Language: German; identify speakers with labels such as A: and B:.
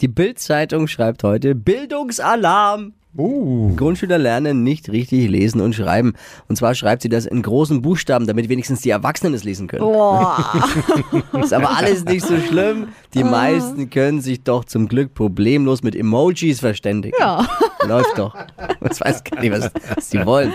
A: Die Bild-Zeitung schreibt heute Bildungsalarm.
B: Uh.
A: Grundschüler lernen nicht richtig lesen und schreiben. Und zwar schreibt sie das in großen Buchstaben, damit wenigstens die Erwachsenen es lesen können.
C: Boah.
A: Ist aber alles nicht so schlimm. Die meisten können sich doch zum Glück problemlos mit Emojis verständigen.
C: Ja.
A: Läuft doch. Ich weiß gar nicht, was, was die wollen.